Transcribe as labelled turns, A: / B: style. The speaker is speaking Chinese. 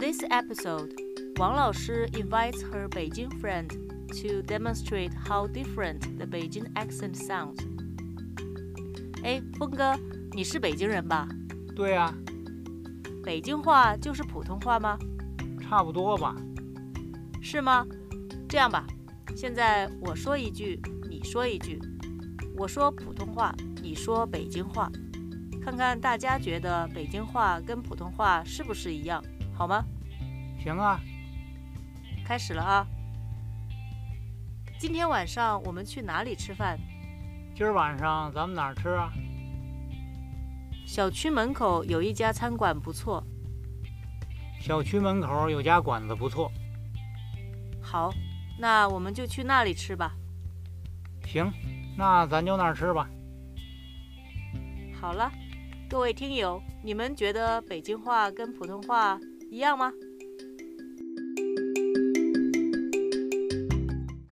A: this episode, Wang Laoshi invites her Beijing friend to demonstrate how different the Beijing accent sounds. 哎，峰哥，你是北京人吧？
B: 对啊，
A: 北京话就是普通话吗？
B: 差不多吧。
A: 是吗？这样吧，现在我说一句，你说一句，我说普通话，你说北京话，看看大家觉得北京话跟普通话是不是一样，好吗？
B: 行啊，
A: 开始了啊！今天晚上我们去哪里吃饭？
B: 今儿晚上咱们哪儿吃啊？
A: 小区门口有一家餐馆不错。
B: 小区门口有家馆子不错。
A: 好，那我们就去那里吃吧。
B: 行，那咱就那儿吃吧。
A: 好了，各位听友，你们觉得北京话跟普通话一样吗？